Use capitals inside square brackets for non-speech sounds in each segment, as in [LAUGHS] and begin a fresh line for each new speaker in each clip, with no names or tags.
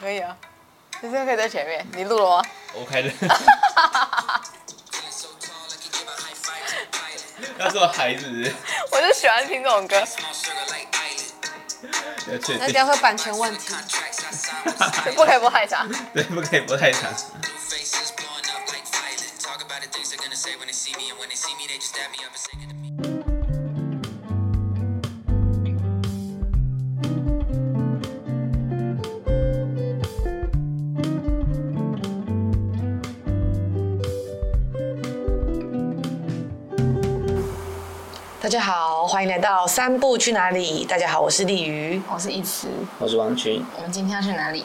可以啊，你这个可以在前面，你录了吗？
我开的。 [LAUGHS] 那是我孩子，
[LAUGHS] 我就喜欢听这种歌，
要确
那这
定
样会版权问题。
不可以不害茬。
对，不可以不太长。
大家好，欢迎来到三步去哪里？大家好，我是丽瑜。
我是一慈，
我是王群，
我们今天要去哪里？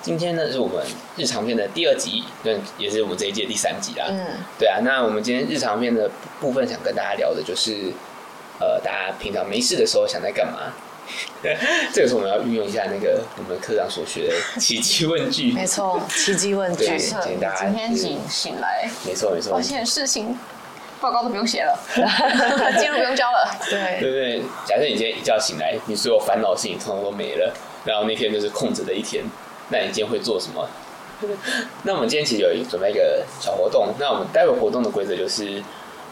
今天呢是我们日常片的第二集，对，也是我们这一届第三集啦。
嗯，
对啊，那我们今天日常片的部分想跟大家聊的就是，呃，大家平常没事的时候想在干嘛？ [LAUGHS] 这个时候我们要运用一下那个我们课长所学的奇迹
[LAUGHS]
问句。
没错，奇迹问
对
句。
今
是 [LAUGHS]
天大家
今天
是
醒醒来，哦
没错没错
发，现事情报告都不用写了，记录不用交了，
对，
对不对？假设你今天一觉醒来，你所有烦恼的事情通通都没了，然后那天就是空着的一天，那你今天会做什么？ [LAUGHS] 那我们今天其实有一准备一个小活动，那我们待会活动的规则就是，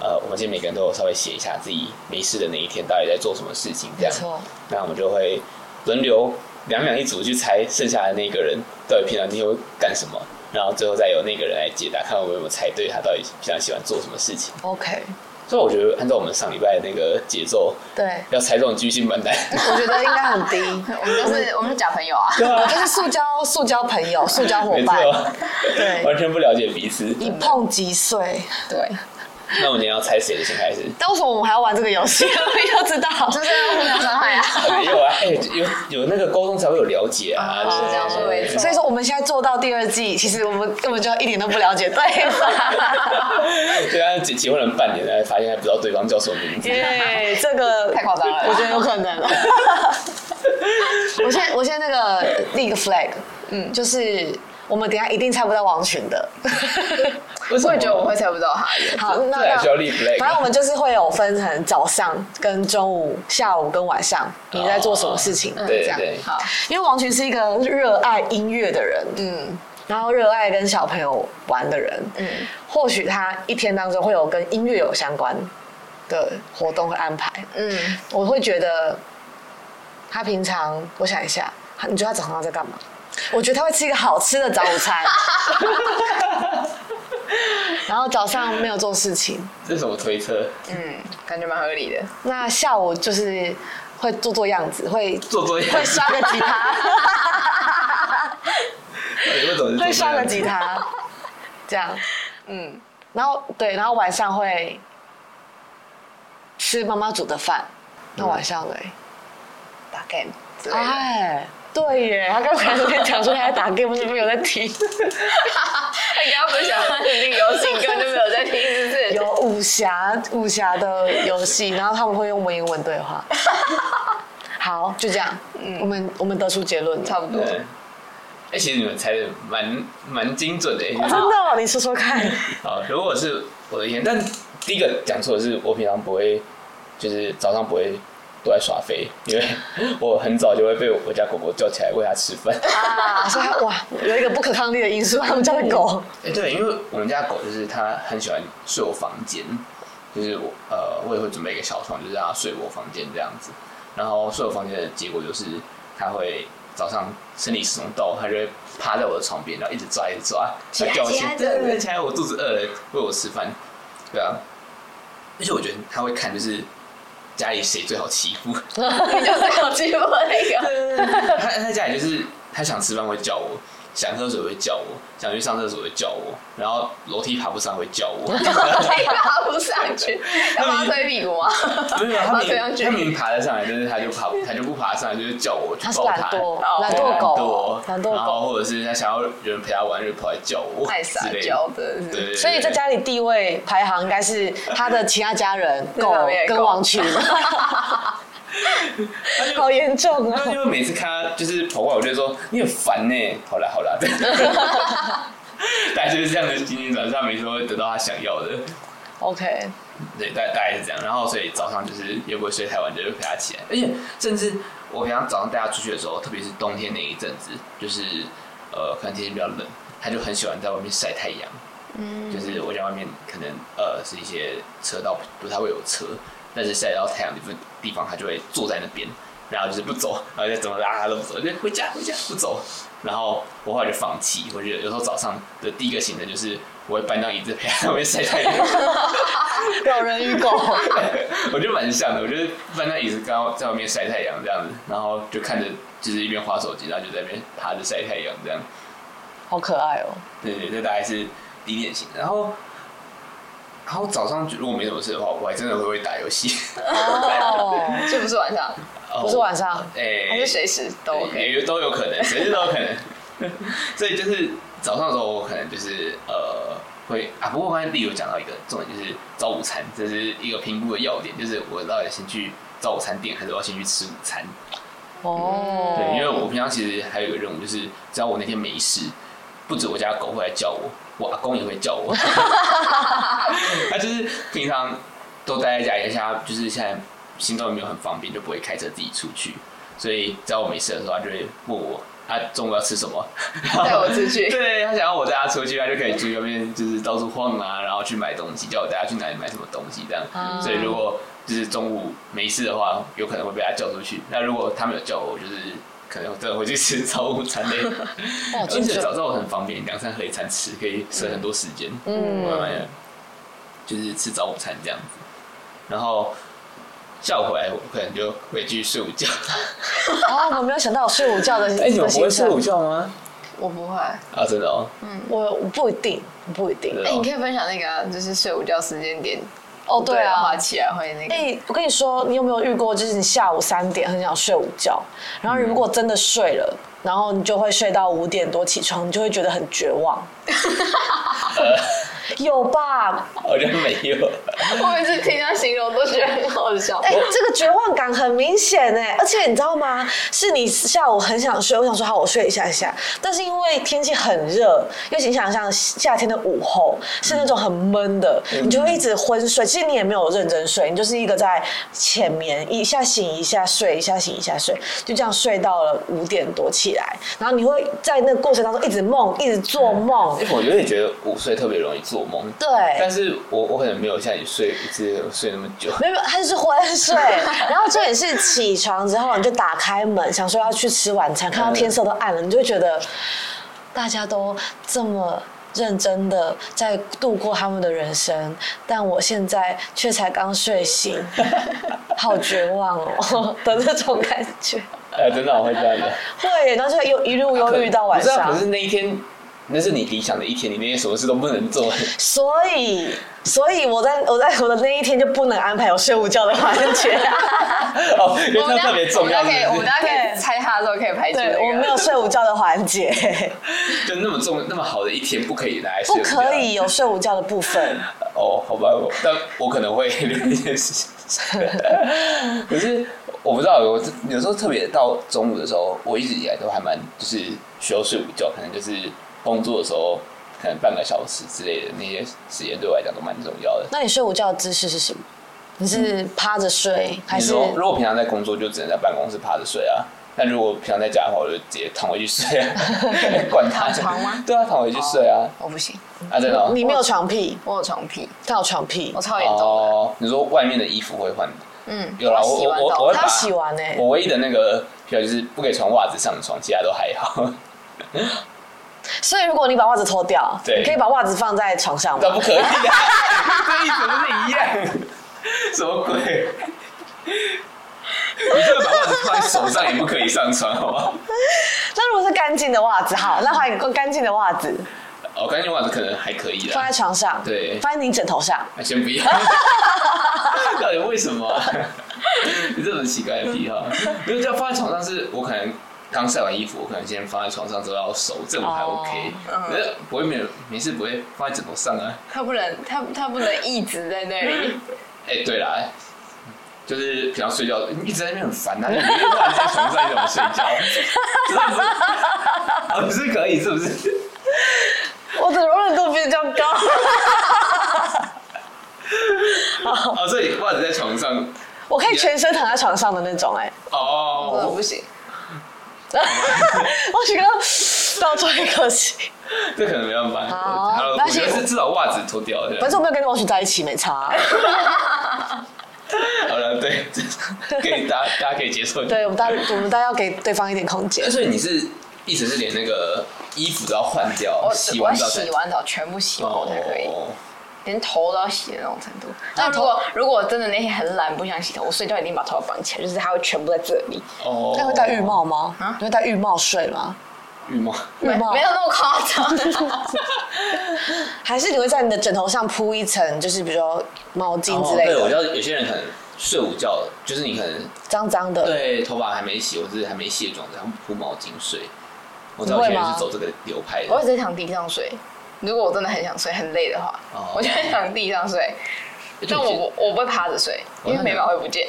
呃，我们今天每个人都有稍微写一下自己没事的那一天到底在做什么事情，这
没
样。
错，
那我们就会轮流两两一组去猜剩下的那个人到底平常天会干什么，然后最后再由那个人来解答，看我们有没有猜对他到底平常喜欢做什么事情。
OK，
所以我觉得按照我们上礼拜的那个节奏，
对，
要猜中居心蛮
[LAUGHS]
难。
我觉得应该很
[LAUGHS]
低。
我们都是我们是假朋友啊，
对
我
[LAUGHS] 啊，
就是塑胶塑胶朋友、塑胶伙
没
伴，
错，
对
完全不了解彼此。
一碰即碎。
对，
那我们今天要猜谁的
[LAUGHS]
先开始？
但为什么我们还要玩这个游戏？ [LAUGHS] 我也不知道。
就是互相伤害啊，
啊有啊，哎、有有那个沟通才会有了解啊，
是这样
对
说没错，
所以说我们现在做到第二季，其实我们根本就一点都不了解
[LAUGHS]
对方。
[LAUGHS] 对啊，结结婚了半年了，发现还不知道对方叫什么名字。
耶，哎这个
太夸张了
我觉得有可能。
啊
[LAUGHS] 我先我先那个立一个 flag，嗯，就是我们等一下一定猜不到王群
[LAUGHS]
的。
为什
我
么？
也觉得我会猜不到他，
好，那
这还需
那
要立 flag？
反正我们就是会有分成早上、跟中午、下午跟晚上，你在做什么事情？
对
这样。
啊对，
好，
因为王群是一个热爱音乐的人，
嗯，
然后热爱跟小朋友玩的人，嗯，或许他一天当中会有跟音乐有相关的活动和安排，
嗯，
我会觉得他平常，我想一下，他你觉得他早上在干嘛？我觉得他会吃一个好吃的早午 [LAUGHS] 餐，然后早上没有做事情，
这是什么推测？
嗯，感觉蛮合理的，
那下午就是会做做样子，会
做作业
会刷个吉他，
为什么是
会刷个
做作
吉
业？
他，这样，
嗯，
然后对，然后晚上会吃妈妈煮的饭，那晚上嘞，
打 game
嗯
之类 [LAUGHS] 的，
哎，对耶，他刚才昨天讲说他在打 game，是不是有在听？
你刚刚分享他的那个游戏，你根本就没有在听，是不是？
有武侠武侠的游戏，然后他们会用文言文对话。好，就这样，我们我们得出结论了。
差不多，
对。哎，其实你们猜的蛮蛮精
[LAUGHS]
准的。
真的哦、你说说看。
好，如果是我的意见，但第一个讲错的是，我平常不会，就是早上不会都在耍飞，因为 [LAUGHS] 我很早就会被我家狗狗叫起来喂它吃饭。
啊，所以他哇，有一个不可抗力的因素，他们家的狗。
哎、对，因为我们家狗就是它很喜欢睡我房间，就是我呃，我也会准备一个小床，就是让它睡我房间这样子。然后睡我房间的结果就是，它会早上生理时钟到，它就会趴在我的床边，然后一直抓，一直抓，
起来
然后叫我
起来
对
对
对，起来，我肚子饿了，喂我吃饭，对啊。而且我觉得它会看，就是家里谁最好欺负。
你就是 [LAUGHS] 有啊欺负那 [LAUGHS] 个。
他他在家里就是他想吃饭会叫我，想喝水会叫我，想去上厕所会叫我，然后楼梯爬不上会叫我。
推爬不上去，要帮他推屁股吗？
[LAUGHS]
没有，他
把他
明
推上去
他明明爬得上来，但是他就爬他就不爬上来，就是叫我去
它是
抱
懒
他。
惰
哦，
懒
对啊
惰狗，
懒
懒
惰，
惰
然后
狗。
或者是他想要有人陪他玩，就跑来叫我，
太撒
之类的
娇的，
对对对，
所以在家里地位排行应该是他的其他家人狗
旁边的
跟
狗
王群，
[LAUGHS]
[LAUGHS]
[LAUGHS]
好严重
他
哦。
就每次看他就是跑过来，我就说你很烦呢、好啦
[LAUGHS]
好啦， [LAUGHS] 大概就是这样的经营转，他每次都会得到他想要的。
OK，
对，大大概是这样。然后所以早上就是也不会睡太晚，就会陪他起来。而且甚至我平常早上带他出去的时候，特别是冬天那一阵子，就是呃，可能天气比较冷，他就很喜欢在外面晒太阳。嗯，就是我家外面可能呃是一些车道不太会有车，但是晒到太阳的地方地方，他就会坐在那边，然后就是不走，然后就怎么拉他都不走，就回家回家不走。然后我后来就放弃，我就有时候早上的第一个行程就是我会搬到椅子陪他在外面晒太阳。
有人与狗，
[LAUGHS] 我觉得蛮像的，我觉得搬在椅子刚好在外面晒太阳这样子，然后就看着就是一边划手机，然后就在那边趴着晒太阳这样。
好可爱哦、
对对，这大概是第一点型。然后，然后早上如果没什么事的话，我还真的会会打
[LAUGHS]
游戏。
哦，
这不是晚上，
哦
不是晚上
哎、
还是随时都 OK。
也都有可能，随时都有可能。 [LAUGHS] 所以就是早上的时候，我可能就是呃会啊，不过刚才丽有讲到一个重点，就是早午餐，这是一个评估的要点，就是我到底先去早午餐店，还是我要先去吃午餐？
哦，
对，因为我平常其实还有一个任务，就是只要我那天没事，不止我家狗会来叫我，我阿公也会叫我。他就是平常都待在家里，像他就是现在行动也没有很方便，就不会开车自己出去，所以只要我没事的时候，他就会问我。他、中午要吃什么？ [LAUGHS]
带我出去
对他想要我带他出去，他就可以去外面就是到处晃啊，然后去买东西，叫我带他去哪里买什么东西这样。
啊
所以如果就是中午没事的话，有可能会被他叫出去。那如果他没有叫我，我就是可能真的回去吃早午餐类。
[LAUGHS] 哇，
而
真
且
久，
早上我很方便，两餐合一餐吃，可以省很多时间。慢慢
嗯，
的，就是吃早午餐这样子。然后下午回来，我可能就会去睡午觉。 [LAUGHS]
哦，我没有想到我睡午觉的
哎
的行程，
觉吗？
我不会。
啊，真的哦，
嗯我我不一定，不一定
真。的
哎，
哦
你可以分享那个啊，就是睡午觉时间点。
哦，对
的
啊
话，起来会那个。
哎、我跟你说，你有没有遇过，就是你下午三点很想睡午觉，然后如果真的睡了，然后你就会睡到五点多起床，你就会觉得很绝
[LAUGHS]
望。有吧？
好像没有。
我每次听他形容都觉得很好笑。
哎、这个绝望感很明显哎，而且你知道吗？是你下午很想睡，我想说好，我睡一下下，但是因为天气很热，尤其你想象夏天的午后是那种很闷的，你就会一直昏睡。其实你也没有认真睡，你就是一个在浅眠，一下醒一下睡，一下醒一下睡，就这样睡到了五点多起来，然后你会在那个过程当中一直梦，一直做梦。
因为我有点觉得午睡特别容易做梦，
对，
但是我我可能没有像你睡一直睡那么久。 [LAUGHS]
没有，没有，他就是昏睡。然后重点是起床之后，你就打开门，想说要去吃晚餐，看到天色都暗了，你就会觉得大家都这么。认真的在度过他们的人生，但我现在却才刚睡醒，好绝望哦的那种感觉。
呃，真的我会这样的。
会，然后就又一路忧郁到晚
不是啊
上
可。是那一天，那是你理想的一天，你那天什么事都不能做。
所以，所以我在我在我的那一天就不能安排有睡午觉的环节。
[LAUGHS] 哦，因为
我们
那
大
特别重要，
我们大家可以，
是
我
不
们
是？
大家可
对
以猜他的时候可以排除那
对
个。
我没有睡午觉的环节。
就那么重、那么好的一天，不可以拿来睡
不
午觉
可以有睡午觉的部
[LAUGHS]
分。
哦，好吧，我但我可能会 [LAUGHS] 留一件事情。可是我不知道，我有时候特别到中午的时候，我一直以来都还蛮就是需要睡午觉，可能就是工作的时候，可能半个小时之类的那些时间对我来讲都蛮重要的。
那你睡午觉的姿势是什么？你是趴着睡还
嗯你
是？
说，如果平常在工作，就只能在办公室趴着睡啊。但如果平常在家的话，我就直接躺回去睡啊，管他。
躺床吗
对啊，躺回去睡啊。
我不行，
啊，真的哦。
你没有床屁，
我有床癖，
他有床屁
我，超严重的。
哦，你说外面的衣服会换？
嗯，
有啦，我
洗
我
完
我
澡
我会
他
把
要洗完欸呢、
我唯一的那个需要就是不可以穿袜子上床，其他都还好。 [LAUGHS]
所以如果你把袜子脱掉，
对
你可以把袜子放在床上
那
吗？
不可以啊，这意思不是一样？什么鬼？你这个把袜子放在手上也不可以上床，好不好？
那如果是干净的袜子，好，那换一个干净的袜子
哦，干净袜子可能还可以
放在
啦，
床上，
对
放在你枕头上。
啊先不要。 [LAUGHS] 到底为什么啊、你这种奇怪的癖好，因为这样放在床上是我可能刚晒完衣服，我可能先放在床上之后要收，这种还
哦
OK，、可是不会没有没事不会放在枕头上啊。
他不能，他他不能一直在那里。
哎、对啦，就是平常睡觉一直在那边很烦啊，你一天到晚在床上你怎么睡觉？真的是啊，不是可以是不是？
我的容忍度比较高，
[LAUGHS] 哦，所以袜子在床上
我可以全身躺在床欸
[LAUGHS]
上的那种哎、
我
哦，
不行，
我觉得到最可惜。
这可能没办法。
好
我我
那
觉
先
得是至少袜子脱掉
反
了。
正我没有跟王雪在一起，没差啊、
好了，对，这可以大家大家可以接受。
对我们大家，我们大家要给对方一点空间
那。所以你是意思是连那个衣服都要换掉，
我
洗
我要
完澡才
洗完澡全部洗过才可以，
哦
连头都要洗的那种程度。
那
那如果如果真的那天很懒不想洗头，我睡觉一定把头发绑起来，就是它会全部在这里，
哦，
那你会戴浴帽吗？
啊
你会戴浴帽睡吗？
浴帽。
浴帽
没有那么夸张。
[LAUGHS]
[LAUGHS]
还是你会在你的枕头上铺一层，就是比如说毛巾之类
哦对，我知
的，
道有些人可能睡午觉，就是你可能
脏脏的。
对头发还没洗，或者是还没卸妆，然后铺毛巾睡。我知道
你会
有些人
吗
是走这个流派
我会
的。
直接躺地上睡。如果我真的很想睡，很累的话，
哦
我就会躺地上睡。但我不我不会趴着睡，因为
哦那
眉
你嗯
毛会不见。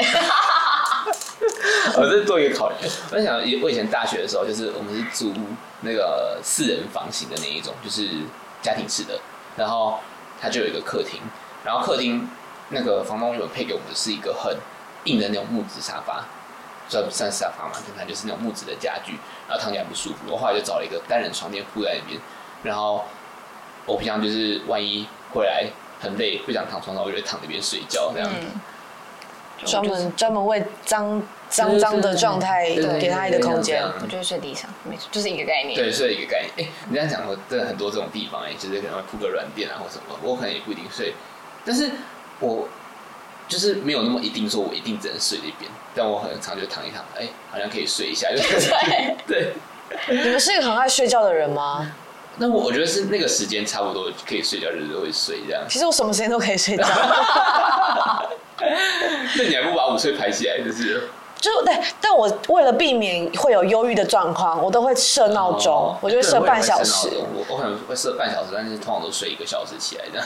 我在做一个考量。我在想，以我以前大学的时候，就是我们是住那个四人房型的那一种，就是家庭式的，然后它就有一个客厅，然后客厅那个房东有配给我们的是一个很硬的那种木质沙发，算算是沙发嘛，但它就是那种木质的家具，然后躺起来不舒服。我后来就找了一个单人床垫铺在里面，然后我平常就是万一回来很累不想躺床上，我就会躺那边睡觉这样。
专门专门为脏脏脏的状态
对对对
给他一个空间
对对对对对对对。
我就会睡地上，没错，就是一个概念。 [LAUGHS]
对，睡一个概念。哎、你这样讲，我真的很多这种地方、哎，就是可能会铺个软垫啊或什么，我可能也不一定睡，但是我就是没有那么一定说我一定只能睡一边，但我很常就躺一躺，哎、好像可以睡一下，就是
[LAUGHS]
对。
你们是一个很爱睡觉的人吗？
那我我觉得是那个时间差不多可以睡觉，就是会睡这样。
其实我什么时间都可以睡觉， [LAUGHS]
那你还不把午睡排起来，就是
就是对，但我为了避免会有忧郁的状况，我都会设 [LAUGHS] 闹钟
哦，
我就会
对
设
也
半小
设闹
时，
钟我我可能会设半小时，但是通常都睡一个小时起来这样。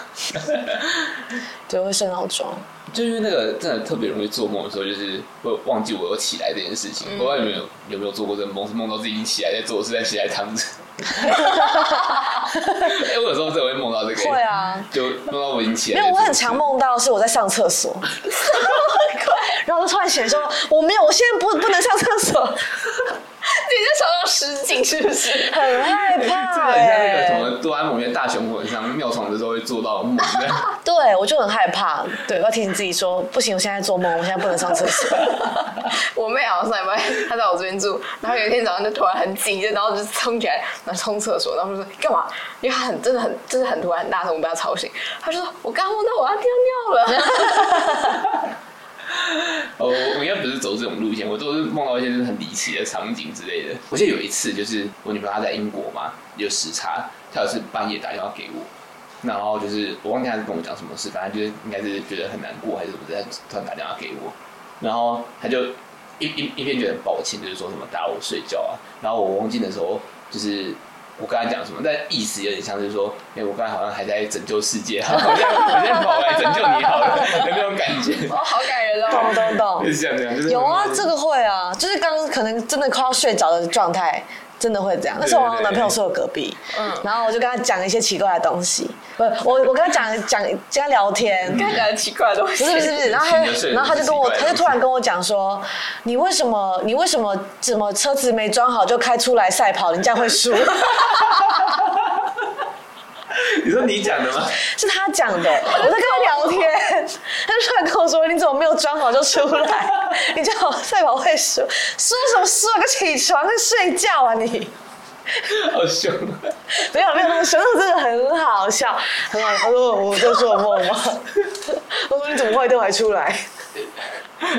对，我会设闹钟。
就因为那个真的特别容易做梦的时候，就是会忘记我有起来这件事情。
嗯
我不知道你们有有没有做过这个梦，是梦到自己已经起来在做事，但起来躺着。 [LAUGHS] 哎、我有时候真的会梦到这个。
会
[LAUGHS]
啊，
就梦到我已经起来
没
在
有，
做
我
事。
很常梦到是我在上厕所， [LAUGHS] 然后就突然醒说我没有，我现在不不能上厕所，
你在床上失禁是不是？
很害怕、
很像那个什
欸。 [LAUGHS]
么哆啦 A 梦里面大雄魂上尿床的时候会做到的梦这样
对，我就很害怕。对，我要提醒自己说，不行，我现在做梦，我现在不能上厕所。
我妹好像上礼拜她在我这边住，然后有一天早上就突然很急，然后就冲起来，然后冲厕所，然后我就说干嘛？因为她很真的很真的很突然很大声，我被她吵醒。她就说我刚梦到我要尿尿了。 [LAUGHS]
哦，我我应该不是走这种路线，我都是梦到一些就是很离奇的场景之类的。我记得有一次，就是我女朋友她在英国嘛，有时差，她有一次半夜打电话给我，然后就是我忘记他是跟我讲什么事，反正就是应该是觉得很难过还是什么的，他突然打电话给我，然后他就一一一边觉得很抱歉，就是说什么打我睡觉啊，然后我忘记的时候就是。我跟他讲什么，但意思有点像是说，哎、我刚才好像还在拯救世界，啊好像我现在跑来拯救你好了的那种感觉，
哦，好感人哦！
懂
[LAUGHS]
懂懂
就。是这样这样，就是
有啊
很，
这个会啊，就是刚刚可能真的快要睡着的状态，真的会这样。那时候我
对对对
男朋友睡我隔壁，
嗯
然后我就跟他讲一些奇怪的东西，不，我我跟他讲讲跟他聊天，
看起来奇怪的东
不
西。
是不是不 [LAUGHS] 是，然后他
你的
就
睡
然后他就跟我，
姿势
他就
奇怪
突然跟我讲说，你为什么你为什么怎么车子没装好就开出来赛跑，人家会 [LAUGHS] 输？
你说你讲的吗？ [LAUGHS]
是他讲的，我在跟他聊天，他就突然跟我说：“你怎么没有装好就出 [LAUGHS] 来？你叫我赛跑会输，输什么输啊？快起床，快睡觉啊你！”
好凶！
没有没有那么凶，那真的很好笑，很好笑。他说我在做梦吗？我说你怎么会都还出来？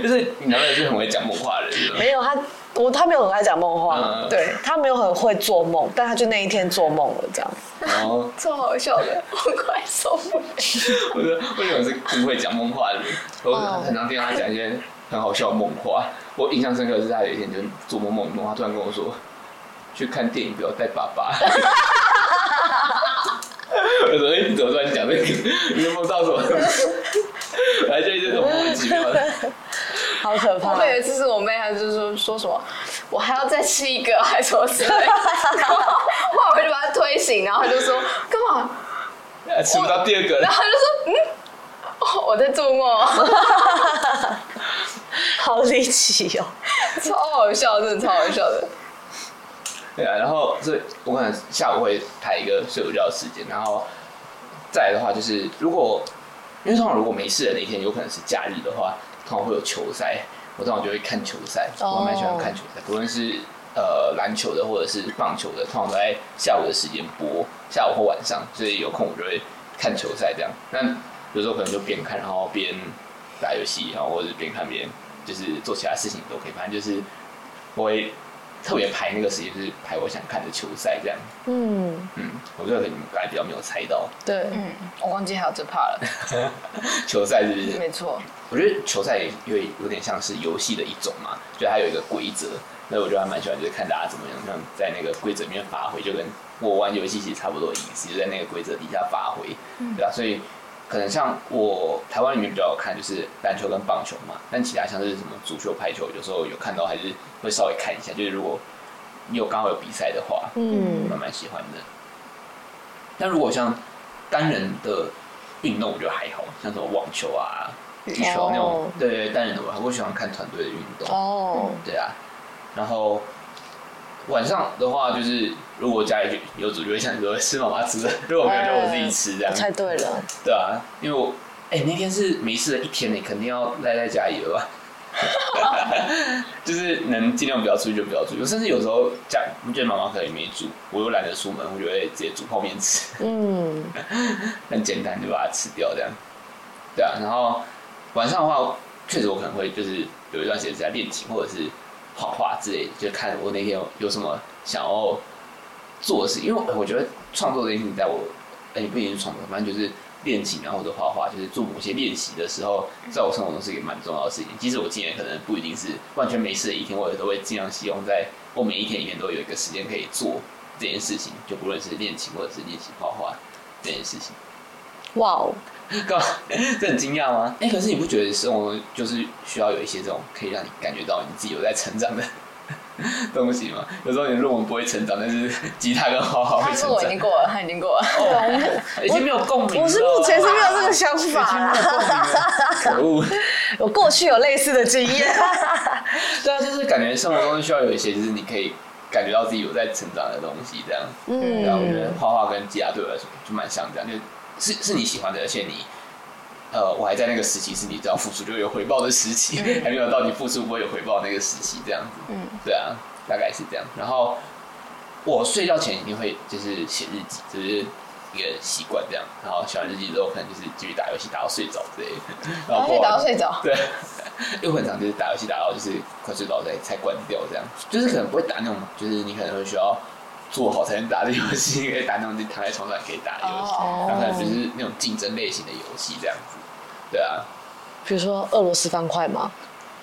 就是你男朋友是很会讲梦话的人，是吗
没有他，我他没有很爱讲梦话，
嗯
对他没有很会做梦，但他就那一天做梦了这样。
然后
超好笑的，我快受不了。
我说为什么是更会讲梦话的人？我
哦
很常听到他讲一些很好笑的梦话。我印象深刻的是他有一天就是做梦梦梦话，突然跟我说去看电影不要带爸爸。 [LAUGHS] 我说哎你怎么突然讲这个？你有梦到什么？ [LAUGHS] 反正就是这种莫名其
[LAUGHS]
妙的。
好可怕！
我有一次是我妹，她就说说什么，我还要再吃一个，还什么之类的。然后后来我就把她推醒，然后她就说干嘛？
啊吃不到第二个了
然。后她就说嗯。哦我在做梦， [LAUGHS]
好离奇哦。哦
超好笑，真的超好笑的。
对啊，然后所以我可能下午会排一个睡午觉的时间，然后再来的话就是如果因为通常如果没事的那一天有可能是假日的话，通常会有球赛，我通常就会看球赛，
哦
我蛮喜欢看球赛，不论是呃篮球的或者是棒球的，通常都在下午的时间播，下午或晚上，所以有空我就会看球赛这样。那有时候可能就边看然后边打游戏，然后或者是边看边就是做其他事情都可以，反正就是我会特别排那个时间，就是排我想看的球赛这样。
嗯，
嗯，我觉得可能你们刚才比较没有猜到
对，
嗯，我忘记还有这 part 了。
球赛是不是？
没错，
我觉得球赛也有有点像是游戏的一种嘛，就它有一个规则，那我觉得还蛮喜欢，就是看大家怎么样像在那个规则里面发挥，就跟我玩游戏其实差不多的意思，就在那个规则底下发挥，对吧、所以可能像我台湾里面比较有看就是篮球跟棒球嘛，但其他像是什么足球、排球，有时候有看到还是会稍微看一下，就是如果你有刚好有比赛的话，
嗯
我蛮喜欢的。但如果像单人的运动，我觉得还好，像什么网球啊、羽球那种
哦，
对对，单人的我还会喜欢看团队的运动，
哦，
对啊。然后晚上的话，就是如果家里有煮，就会想说吃妈妈吃的，如果没有就我自己吃这样
我，猜嗯对了，
对啊。因为我哎、那天是没事的一天，你肯定要赖在家里了吧？ [LAUGHS] 就是能尽量不要出去就不要出去，我甚至有时候家，我觉得妈妈可能也没煮，我又懒得出门，我就会直接煮泡面吃。
嗯，
[LAUGHS] 很简单就把它吃掉这样。对啊，然后晚上的话，确实我可能会就是有一段时间是在练琴或者是画画之类的，就看我那天有有什么想要做的事，因为我我觉得创作这件事情在我，哎、不一定是创作，反正就是练琴然后或者画画，就是做某些练习的时候，
嗯
在我生活中是一个蛮重要的事情。即使我今年可能不一定是完全没事的一天，我也都会尽量希望在我每一天里面都有一个时间可以做这件事情，就不论是练琴或者是练习画画这件事情。 [LAUGHS]
哇哦，
干嘛？这很惊讶吗？哎、可是你不觉得生活就是需要有一些这种可以让你感觉到你自己有在成长的 [LAUGHS] 东西吗？有时候你的论文不会成长，但是 [LAUGHS] 吉他跟画画哦会
他
成哦
说我已
长
经，过了，他已经过了。
[LAUGHS] 已经没有共鸣了。
我是目前是没有这个想法啊啦
已经没有共鸣了，可恶！
我过去有类似的经验，
对啊，就是感觉生活中需要有一些，就是你可以感觉到自己有在成长的东西，这样。对啊，我觉得
嗯，
画画跟吉他对我来说就蛮像这样，就是是你喜欢的，而且你，呃，我还在那个时期是你只要付出就会有回报的时期，
嗯
还没有到你付出不会有回报的那个时期这样子。嗯，对啊，大概是这样。然后我睡觉前一定会就是写日记，就是。一个习惯这样，然后写完日记之后，可能就是继续打游戏，打到睡着之类的。然后
然后
过
就哦打
完
到睡着，
对， [LAUGHS] 因为我很常就是打游戏打到就是快睡着才才关掉这样，就是可能不会打那种，就是你可能会需要做好才能打的游戏，可以打那种就躺在床上也可以打的游戏，
哦
然后可能就是那种竞争类型的游戏这样子。对啊，
[LAUGHS] 比如说俄罗斯方块 [LAUGHS] 嘛，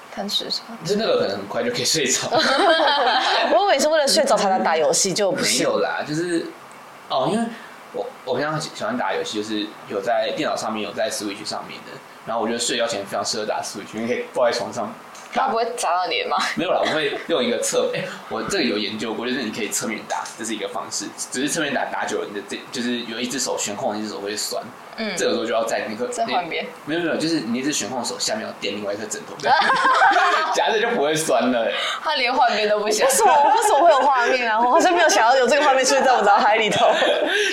贪吃蛇。
就那个可能很快就可以睡着，
我每次为了睡着才能打游戏，就不
没
行。
有啦，就是哦，因为我我平常喜喜欢打游戏，就是有在电脑上面，有在 Switch 上面的，然后我觉得睡觉前非常适合打 Switch，因为可以抱在床上
他
打
不会砸到你的吗？
没有啦，我会用一个侧，哎、我这个有研究过，就是你可以侧面打，这是一个方式。只是侧面打打久了，你的这就是有一只手悬空，一只手会酸。嗯，这个时候就要在那个
再换边。
没有没有，就是你那只悬空的手下面要垫另外一个枕
[LAUGHS]
头，这样夹着就不会酸了、
他连换边都不想
为。什么为什么会有画面啊？我好像没有想要有这个画面出现在我脑海里头。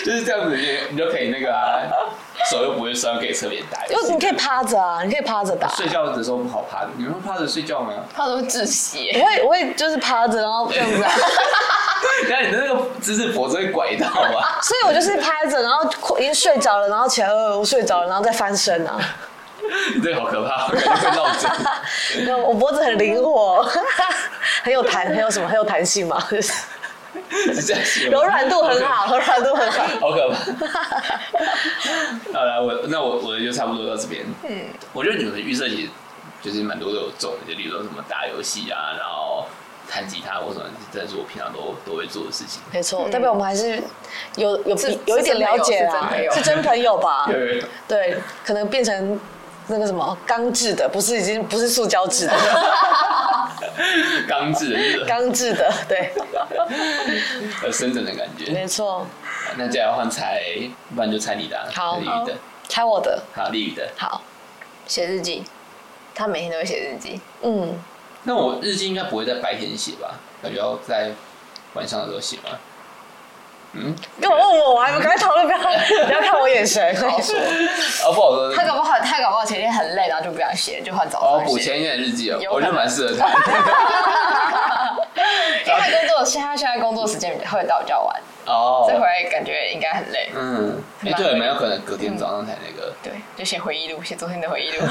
就是这样子，你你就可以那个啊，手又不会酸，可以侧面打。
因 [LAUGHS] 为你可以趴着啊，你可以趴着打。
睡觉的时候不好趴着，你们会趴着睡觉吗？ [LAUGHS]
他都窒息
我，会我会就是趴着，然后这样子 [LAUGHS] 啊。
但你的那个姿势脖子会拐到 [LAUGHS] 啊。
所以我就是趴着，然后已经睡着了，然后起来呃我睡着了，然后再翻身啊。
你这个好可怕，我感觉会落枕。
那我脖子很灵活， [LAUGHS] 很有弹，很有什么，很有弹性嘛，就是
[LAUGHS] 是这样写吗
柔软度很好，柔软度很好。
好可怕。好了，我那我我的就差不多到这边。嗯，我觉得你们的预设其实就是蛮多都有中的，就例如说什么打游戏啊，然后弹吉他或什么，真的是我平常都都会做的事情。
啊
没错，嗯代表我们还是有有
是
有一点了解啦
是真朋友，
是
是
真朋友吧？
[LAUGHS] 对，
对，可能变成那个什么钢制的，不是已经不是塑胶制的，
[LAUGHS]
刚制的是
钢制的，对，
呃深圳的感觉。
没错。
那接下来换猜，不然就猜你的、啊，
好
丽宇的，
猜我的，
好丽宇的。
好，
写日记，他每天都会写日记。
嗯，
那我日记应该不会在白天写吧？感觉要在晚上的时候写吗？嗯，
干嘛问我啊？你们赶快讨论，不要不要看我眼神。
哦，不好说。
他搞不好，他搞不好前天很累，然后就不想写，就换早
哦，
上
补
写。
前一天的日记哦，
有
我
可能
觉得蛮适合他。
[LAUGHS] 因为他工作，现在现在工作时间比较会到比较晚，
哦
[LAUGHS] 这，回感觉应该很累。
嗯，哎，对，蛮有可能隔
嗯
天早上才那个。
对，就写回忆录，写昨天的回
[LAUGHS]
忆录。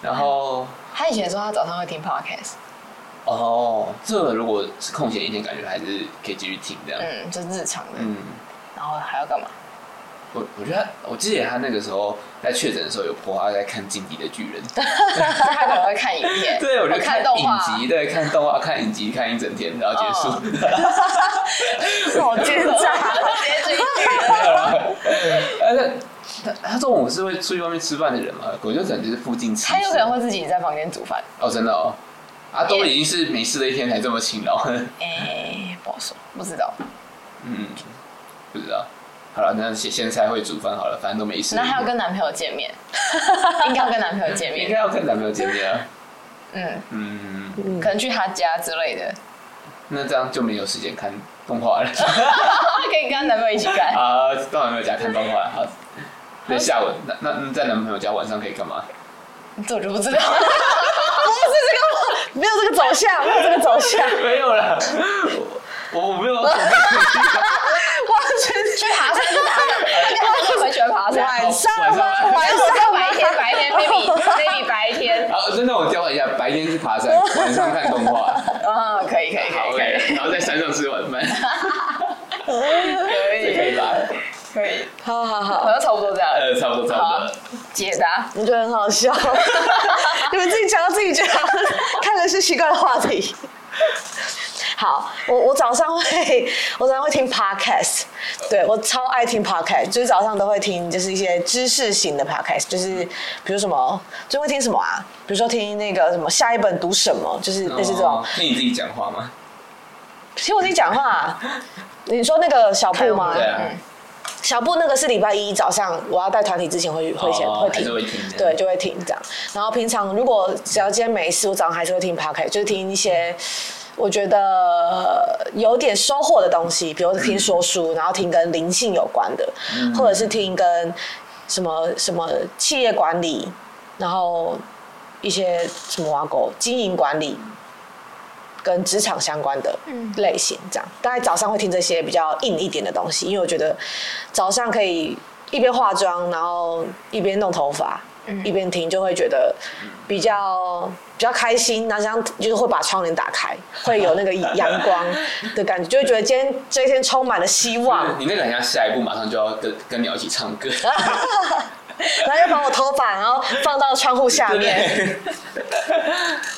然后，
他以前说他早上会听 podcast，
哦，这个如果是空闲一天，感觉还是可以继续听这样。
嗯，就日常的，
嗯，
然后还要干嘛？
我我觉得他，我记得他那个时候在确诊的时候有泼他在看《进击的巨人》，
他可能会看影片，
[LAUGHS] 对，我就
会看动画，哦
影集，对，看动画， [LAUGHS] 看影集，看一整天，然后结 [LAUGHS] 束。 [LAUGHS]
好奸诈！
结局
而且他他中午是会出去外面吃饭的人嘛，我就可能就是附近吃。
[LAUGHS] 他有可能会自己在房间煮饭。
哦，真的哦，啊，都已经是没事的一天才这么勤劳， [LAUGHS]
哎，不好说，不知道。
嗯，不知道。好了，那现现在会煮饭好了，反正都没事。
那还要跟男朋友见
[LAUGHS]
面，应该要跟男朋友见
应
面
该，要跟男朋友见面 [LAUGHS] 啊，
嗯，
嗯，
可能去他家之类的， [LAUGHS]
那这样就没有时间看动画 [LAUGHS] 了
可以跟男朋友一起看。
啊，到男朋友家看动画，好。那下午那那那在男朋友家晚上可以干嘛？
这我就不知道，
没有这个走向，没有这个走向，
没有啦，我我我没有准备
去爬山就爬山，他就很喜欢爬山
晚。上啊
晚上
吗？晚
他
上吗
白天白天，baby [LAUGHS] baby 白天
[LAUGHS] 好，那那我交换一下，白天去爬山，晚上看动 [LAUGHS] 画。
啊，可以可以
好
可以可以
，OK，然后在山上吃晚饭，
可
[LAUGHS] 这可以
以
吧？
可以，
好好好
好，像差不多这样了。
呃，差不多，差不多。
解答，
我觉得很好笑，
[LAUGHS]
你们自己讲到自己觉得看的是奇怪的话题。好，我我早上会，我早上会听 podcast，对我超爱听 podcast，就是早上都会听，就是一些知识型的 podcast，就是比如什么，就会听什么啊，比如说听那个什么下一本读什么，就是类似这种
哦。那你自己讲话吗？
听我自己讲话啊、你说那个小布吗？
对啊，
小布那个是礼拜一早上，我要带团体之前会会先、
哦
会
还是
听，
会听的
对，就会听这样。然后平常如果只要今天没事，我早上还是会听 p o c a s t 就是听一些我觉得有点收获的东西，比如听说书，然后听跟灵性有关的，
嗯
或者是听跟什么什么企业管理，然后一些什么挖沟经营管理。跟职场相关的类型，这样大概早上会听这些比较硬一点的东西，因为我觉得早上可以一边化妆，然后一边弄头发，一边听，就会觉得比较比较开心。然后这样就是会把窗帘打开，会有那个阳光的感觉，就会觉得今天这一天充满了希望。[LAUGHS]
[LAUGHS] 你那个好像下一步马上就要跟跟鸟一起唱歌，
然后又把我头发，然后放到窗户下
对不
面。
对？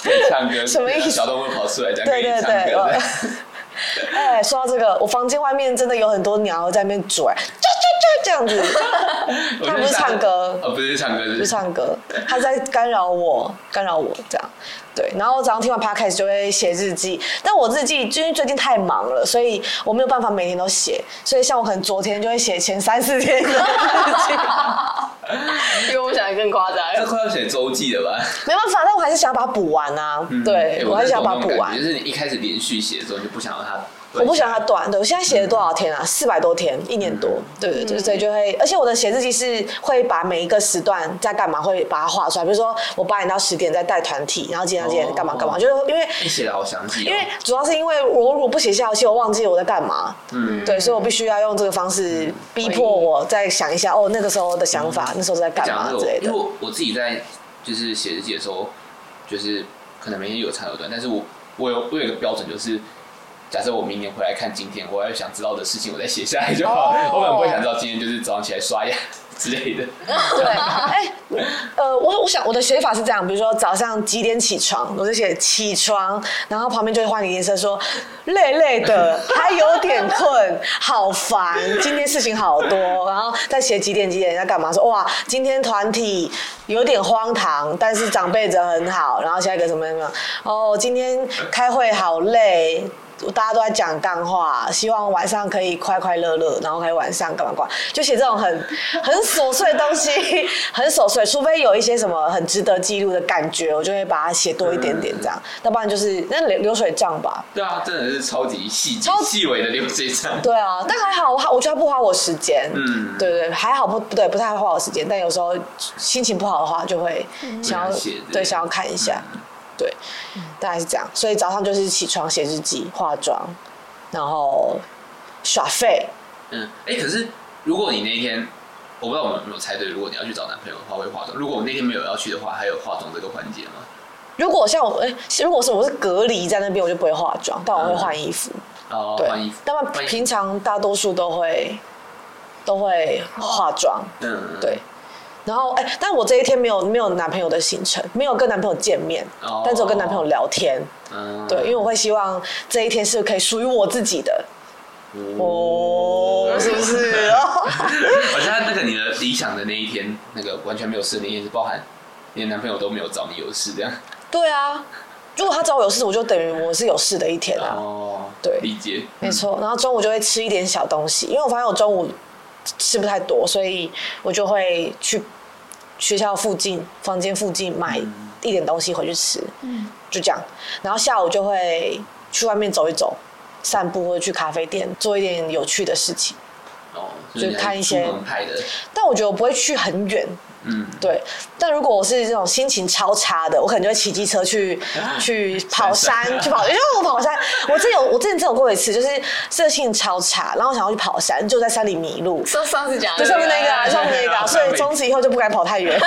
可以唱歌，
什么意思
小动物跑出来，这样可
对
以
对
唱歌
对，哦我
这样。
[LAUGHS] 哎，说到这个，我房间外面真的有很多鸟在那边拽，啾啾啾这样子。
[LAUGHS] 我
他
觉得
不是唱歌
[LAUGHS] 哦，不是唱歌，
不
是
是唱歌，他在干扰我，干扰我这样。对，然后我早上听完 podcast 就会写日记，但我日记因为最近太忙了，所以我没有办法每天都写，所以像我可能昨天就会写前三四天的日记，
因
[LAUGHS]
为我想的更夸张。
这快要写周记了吧？
没办法，但我还是想要把它补完啊。
嗯
对，
哎
我还是想要把它
懂
补
那种
完
感觉。就是你一开始连续写的时候，你就不想让它
我
断，
不喜欢它短，对我现在写了多少天啊？四百多天，一年
嗯
多，对对对，所以就会，而且我的写日记是会把每一个时段在干嘛，会把它画出来。比如说我八点到十点在带团体，然后今天到今天干嘛干嘛，
哦
就是因为
你写的好详细哦，
因为主要是因为我如果不写下游戏，我忘记我在干嘛。
嗯
对，所以我必须要用这个方式逼迫我再想一下，哦，那个时候的想法，那时候在干
嗯讲
嘛
到这
之
个
类
我，因为
的。
我我自己在就是写日记的时候，就是可能每天有长有短，但是我我有我有一个标准，就是假设我明年回来看今天，我要想知道的事情，我再写下来就好。
哦
我可能不会想知道今天就是早上起来刷牙之类的。
对，哎，呃，我我想我的写法是这样，比如说早上几点起床，我就写起床，然后旁边就会换个颜色说累累的，还有点困，好烦，今天事情好多，然后再写几点几点在干嘛，说哇，今天团体有点荒唐，但是长辈人很好，然后下一个什么什么，哦，今天开会好累。大家都在讲干话，希望晚上可以快快乐乐，然后可以晚上干嘛干嘛，就写这种很很琐碎的东西， [LAUGHS] 很琐碎。除非有一些什么很值得记录的感觉，我就会把它写多一点点这样。要不然就是那流流水账吧。
对啊，真的是超级细
超
细微的流水账。
对啊，但还好，我还我觉得它不花我时间。
嗯
对对，还好不不对，不太花我时间。但有时候心情不好的话，就会想要
不想写
对
对嗯
想要看一下，对，大概是这样。所以早上就是起床写日记、化妆，然后耍废。
嗯，哎、可是如果你那一天，我不知道我们有没有猜对，如果你要去找男朋友的话，会化妆。如果我那天没有要去的话，还有化妆这个环节吗？
如果像我，哎、如果是我是隔离在那边，我就不会化妆，但我会换衣服。
哦，
对
换衣服，，
但
换衣服
平常大多数都会都会化妆。
嗯，
对。然后，哎、但我这一天没有没有男朋友的行程，没有跟男朋友见面，
哦
但只有跟男朋友聊天。
嗯，
对，因为我会希望这一天是可以属于我自己的。哦，是不是？ [LAUGHS]
好像那个你的理想的那一天，那个完全没有事那一天是包含你的男朋友都没有找你有事这样。
对啊，如果他找我有事，我就等于我是有事的一天啊。
哦，
对
理解，
没错，然后中午就会吃一点小东西，因为我发现我中午吃不太多，所以我就会去学校附近房间附近买一点东西回去吃，嗯，就这样。然后下午就会去外面走一走，散步或者去咖啡店做一点有趣的事情。
哦，所以
就
你还
看一
是
些
出门派的，
但我觉得我不会去很远，
嗯，
对。但如果我是这种心情超差的，我可能就会骑机车去、
啊
去跑山，
山上
去跑，因为我跑
[LAUGHS]
山，我之前有我之前真有过一次，就是色性超差，然后想要去跑山，就在山里迷路。
上上次讲的
就上面那个啊，
对啊
上面那
[LAUGHS]
个啊，所以从此以后就不敢跑太远。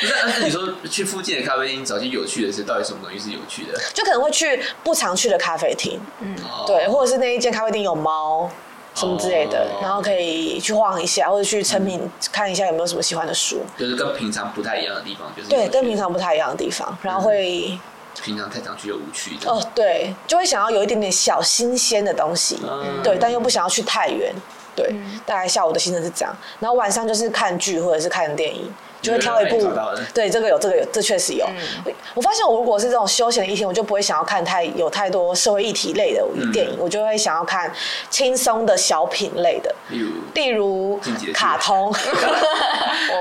不是，但是你说去附近的咖啡厅找些有趣的事，到底什么东西是有趣的？
[LAUGHS] 就可能会去不常去的咖啡厅，
哦
对，或者是那一间咖啡厅有猫什么之类的，
哦嗯
然后可以去晃一下，或者去成品看一下有没有什么喜欢的书。
就是跟平常不太一样的地方，就是有
对，
趣
跟平常不太一样的地方，然后会
平常太常去又无趣的。
哦，对，就会想要有一点点小新鲜的东西，
嗯
对，但又不想要去太远，对，大概下午的行程是这样，然后晚上就是看剧或者是看电影。就会挑一部
有人帮你找到的，
对，这个有，这个有，这确实有。我发现我如果是这种休闲的一天，我就不会想要看太有太多社会议题类的电影，
嗯
我就会想要看轻松的小品类的，
例如，
例如
进击的巨人
卡
[LAUGHS]
通，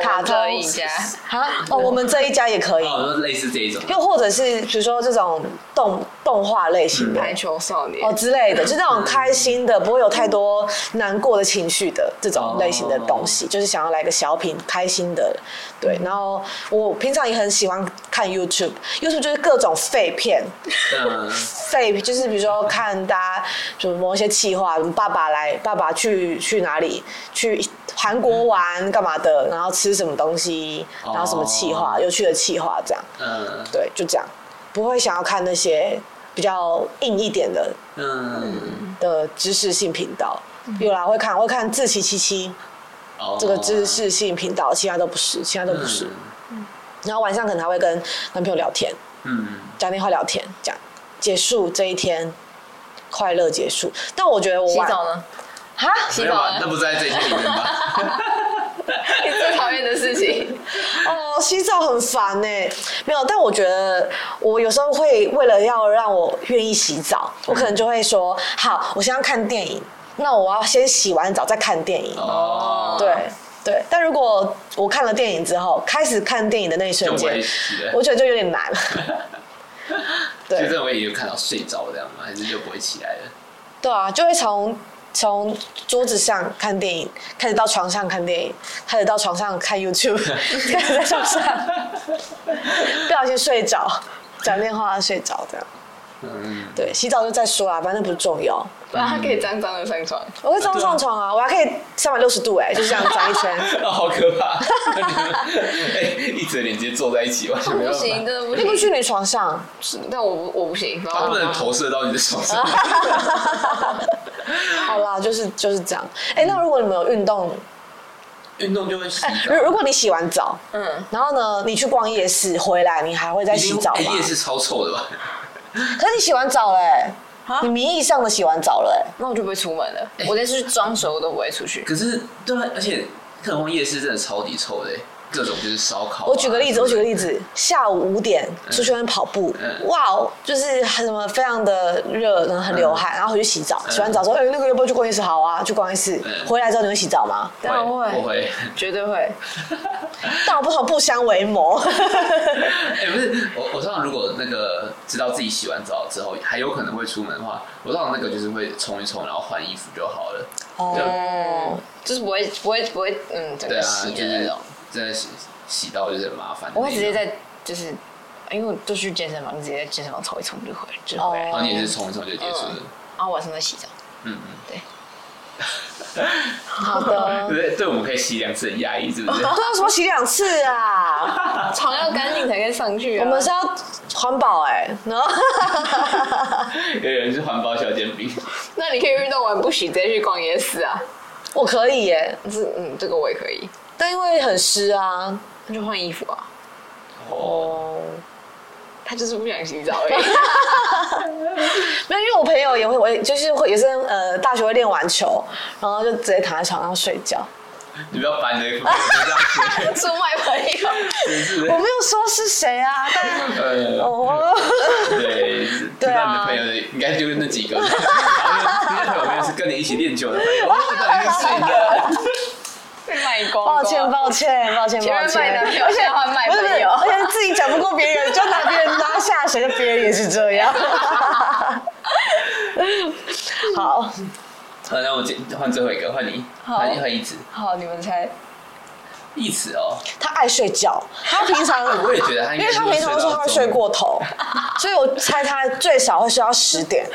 卡
我
通
这一
[LAUGHS]
家
啊，哦，我们这一家也可以，
哦，类似这
[LAUGHS]
一种，
又或者是比如说这种动动画类型的，
排球少年
哦，之类的，就那种开心的，不会有太多难过的情绪的这种类型的东西，就是想要来个小品，开心的，对。然后我平常也很喜欢看 YouTube，YouTube 就是各种废片，
嗯，
废就是比如说看大家什么某一些企划，什么爸爸来，爸爸去去哪里，去韩国玩干嘛的，然后吃什么东西，然后什么企划，
哦
有趣的企划这样，
嗯
对，就这样，不会想要看那些比较硬一点的
嗯，
的知识性频道，
嗯
有啦，会看会看自奇七七
哦
嗯这个知识性频道，其他都不是，其他都不是。，然后晚上可能还会跟男朋友聊天，
嗯
打电话聊天，这样结束这一天，快乐结束。但我觉得我
洗
晚
澡呢？
哈，
嗯，
洗
没有
澡
吧？那
呢？
不是在这一天里
[LAUGHS]
面吧？
你最讨厌的事情，
哦，洗澡很烦呢、没有，但我觉得我有时候会为了要让我愿意洗澡，我可能就会说，好，我先要看电影，那我要先洗完澡再看电影。
哦，
对对，但如果我看了电影之后，开始看电影的那一瞬
就不
间
会洗了，
我觉得就有点
[LAUGHS]
难。
就
对
这种我也有看到睡着这样吗？还是就不会起来
[LAUGHS]
了？
对啊，就会从从桌子上看电影，开始到床上看电影，开始到床上看 [LAUGHS] YouTube，开始在床 [LAUGHS] 上不小心睡着，讲电话睡着这样。
嗯，
对，洗澡就再说啊啦，反正不重要。
不然他可以脏脏的上床。
我会这样上床啊，我还可以三百六十度哎、就这样转一 [LAUGHS] 圈。
哦，好可怕！ [LAUGHS] 哎，一整脸直接坐在一起，完全没
不
啊
有办
行，真
法，
的
你不
不
去你床 [LAUGHS] 上，
行，但我不我不行，然
它
后
不能投射到你的手
啊
上。
好啦，就是就是这样。哎、那如果你们有运动
运动就会洗澡
如，如果你洗完澡，
嗯，
然后呢，你去逛夜市回来，你还会再
一定
[LAUGHS] 洗澡
哎
吗？
夜市超臭的吧？
可是你洗完澡嘞、
啊
你名义上的洗完澡了、欸，
那我就不会出门了。我连出去装熟都不会出去。
可是对啊，而且特工夜市真的超级臭的欸，各种就是烧烤、啊
我举个例子，我举个例，子，下午五点出去外面跑步，
嗯
哇哦，就是很什么非常的热，然后很流汗，
嗯
然后回去洗澡，洗完澡之后，哎、那个要不要去逛夜市？好啊，去逛夜市。
嗯
回来之后你会洗澡吗？
当然会
我会。
绝对会。
但我不同不相为
[LAUGHS]
谋。
哎、不是，我我通常如果那个知道自己洗完澡之后还有可能会出门的话，我通常那个就是会冲一冲，然后换衣服就好了。
哦，
嗯，就是不会不会不会，嗯，整
对
个
啊，
洗
就
的那
是
种。
真的洗洗到就是很麻烦。
我会直接。在就是，因为我就去健身房，直接在健身房冲一冲就回就回来，
然后你也是冲一冲就结束了。
然后晚上再洗澡。
嗯 [LAUGHS]
好
嗯，
的，
对对，我们可以洗两次，很压抑是
[LAUGHS]
不是？
那什么洗两次啊？
床要干净才可以上去啊。
我们是要环保哎、然后 [LAUGHS]
有人是环保小煎饼，
那你可以运动完不洗，直接去逛夜市啊。
我可以耶、
这嗯，这个我也可以，
但因为很湿啊。
那就换衣服啊。
哦，
哦，
他就是不想洗澡而已。
[LAUGHS] 没有，因为我朋友也会，我也就是会也是呃，大学会练完球，然后就直接躺在床上睡觉。
你不要把你的衣服这样写，
出卖朋友，
真是
我
的
没。有说是谁啊，
[LAUGHS]
但
呃，
哦，
对，知
对
道你的
啊
朋友的应该就是那几个，然 [LAUGHS] 后那朋友是跟你一起练酒的朋友，哦到底是谁呢？
被卖光光。
抱歉，抱歉，抱歉，
前面
抱
卖
歉
男。朋友，现在换卖
不是不
朋
是，
友。
而且自己讲不过别人，就拿别人拉下水，就别人也是这
[LAUGHS]
样。好，
好，那我接换最后一个，换你，换换一子，
好，你们
[LAUGHS]
猜。
一子哦，
他爱睡觉，他平常
我也觉得他
啊因
应该
为
是
他
会
平常都说他会睡
到中午。
过头，所以我猜他最少会睡到十点。